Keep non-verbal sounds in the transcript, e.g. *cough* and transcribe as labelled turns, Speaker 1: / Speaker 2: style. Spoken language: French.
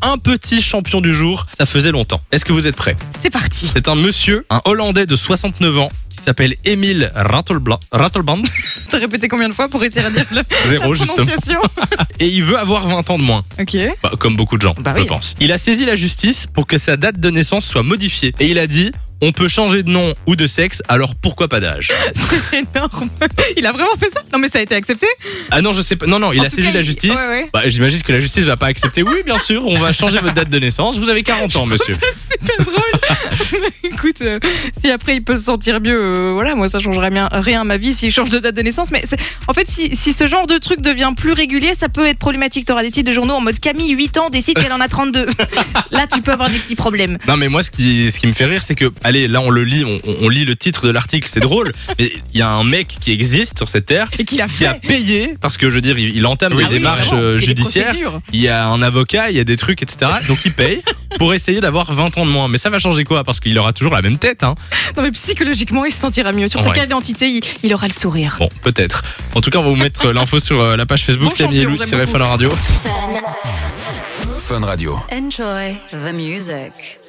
Speaker 1: un petit champion du jour. Ça faisait longtemps. Est-ce que vous êtes prêts
Speaker 2: C'est parti.
Speaker 1: C'est un monsieur, un Hollandais de 69 ans, qui s'appelle Émile Rattlebla-
Speaker 2: *laughs*
Speaker 1: Rattleband.
Speaker 2: *laughs* T'as répété combien de fois pour retirer le- la
Speaker 1: Zéro, Oh, justement.
Speaker 2: prononciation
Speaker 1: *laughs* Et il veut avoir 20 ans de moins.
Speaker 2: Ok.
Speaker 1: Bah, comme beaucoup de gens,
Speaker 2: Bah
Speaker 1: je
Speaker 2: oui.
Speaker 1: pense. Il a saisi la justice pour que sa date de naissance soit modifiée. Et il a dit, on peut changer de nom ou de sexe, alors pourquoi pas d'âge
Speaker 2: C'est énorme. Il a vraiment fait ça Non mais ça a été accepté.
Speaker 1: Ah non, je sais pas. Non, non, il
Speaker 2: En
Speaker 1: a
Speaker 2: tout
Speaker 1: saisi
Speaker 2: cas,
Speaker 1: la
Speaker 2: il-
Speaker 1: justice.
Speaker 2: ouais, ouais.
Speaker 1: Bah, J'imagine que la justice va pas accepter. Oui, bien sûr, on va changer votre date de naissance. Vous avez 40 ans, monsieur.
Speaker 2: *laughs* C'est super drôle. *laughs* Écoute, euh, si après il peut se sentir mieux, euh, voilà, moi ça changera bien, rien à ma vie s'il change de date de naissance. Mais c'est- en fait, si, si ce genre de truc devient plus régulier, ça peut être problématique. T'auras des titres de journaux en mode Camille, 8 ans, décide qu'elle en
Speaker 1: *laughs*
Speaker 2: a 32. Là, tu peux avoir des petits problèmes.
Speaker 1: Non, mais moi, ce qui, ce qui me fait rire, c'est que, allez, là, on le lit, on, on- on lit le titre de l'article, c'est
Speaker 2: *laughs*
Speaker 1: drôle. Mais il y a un mec qui existe sur cette terre
Speaker 2: Et qu'il a
Speaker 1: qui a
Speaker 2: fait.
Speaker 1: payé, parce que je veux dire, il, il entame
Speaker 2: Ah
Speaker 1: des
Speaker 2: oui,
Speaker 1: démarches
Speaker 2: vraiment,
Speaker 1: euh,
Speaker 2: il y a des
Speaker 1: judiciaires.
Speaker 2: procédures.
Speaker 1: Il y a un avocat, il y a des trucs, etc. Donc il paye pour essayer d'avoir 20 ans de moins. Mais ça va changer quoi Parce qu'il aura toujours la même tête. Hein.
Speaker 2: Non mais psychologiquement, il se sentira mieux. Sur
Speaker 1: Ah Ouais.
Speaker 2: sa carte d'identité, il, il aura le sourire.
Speaker 1: Bon, peut-être. En tout cas, on va vous mettre euh, l'info sur euh, la page Facebook,
Speaker 2: Bon
Speaker 1: Samy et
Speaker 2: champion,
Speaker 1: Lou,
Speaker 2: j'aime
Speaker 1: tiré
Speaker 2: beaucoup.
Speaker 1: Fun Radio.
Speaker 3: Fun Radio.
Speaker 4: Enjoy the music.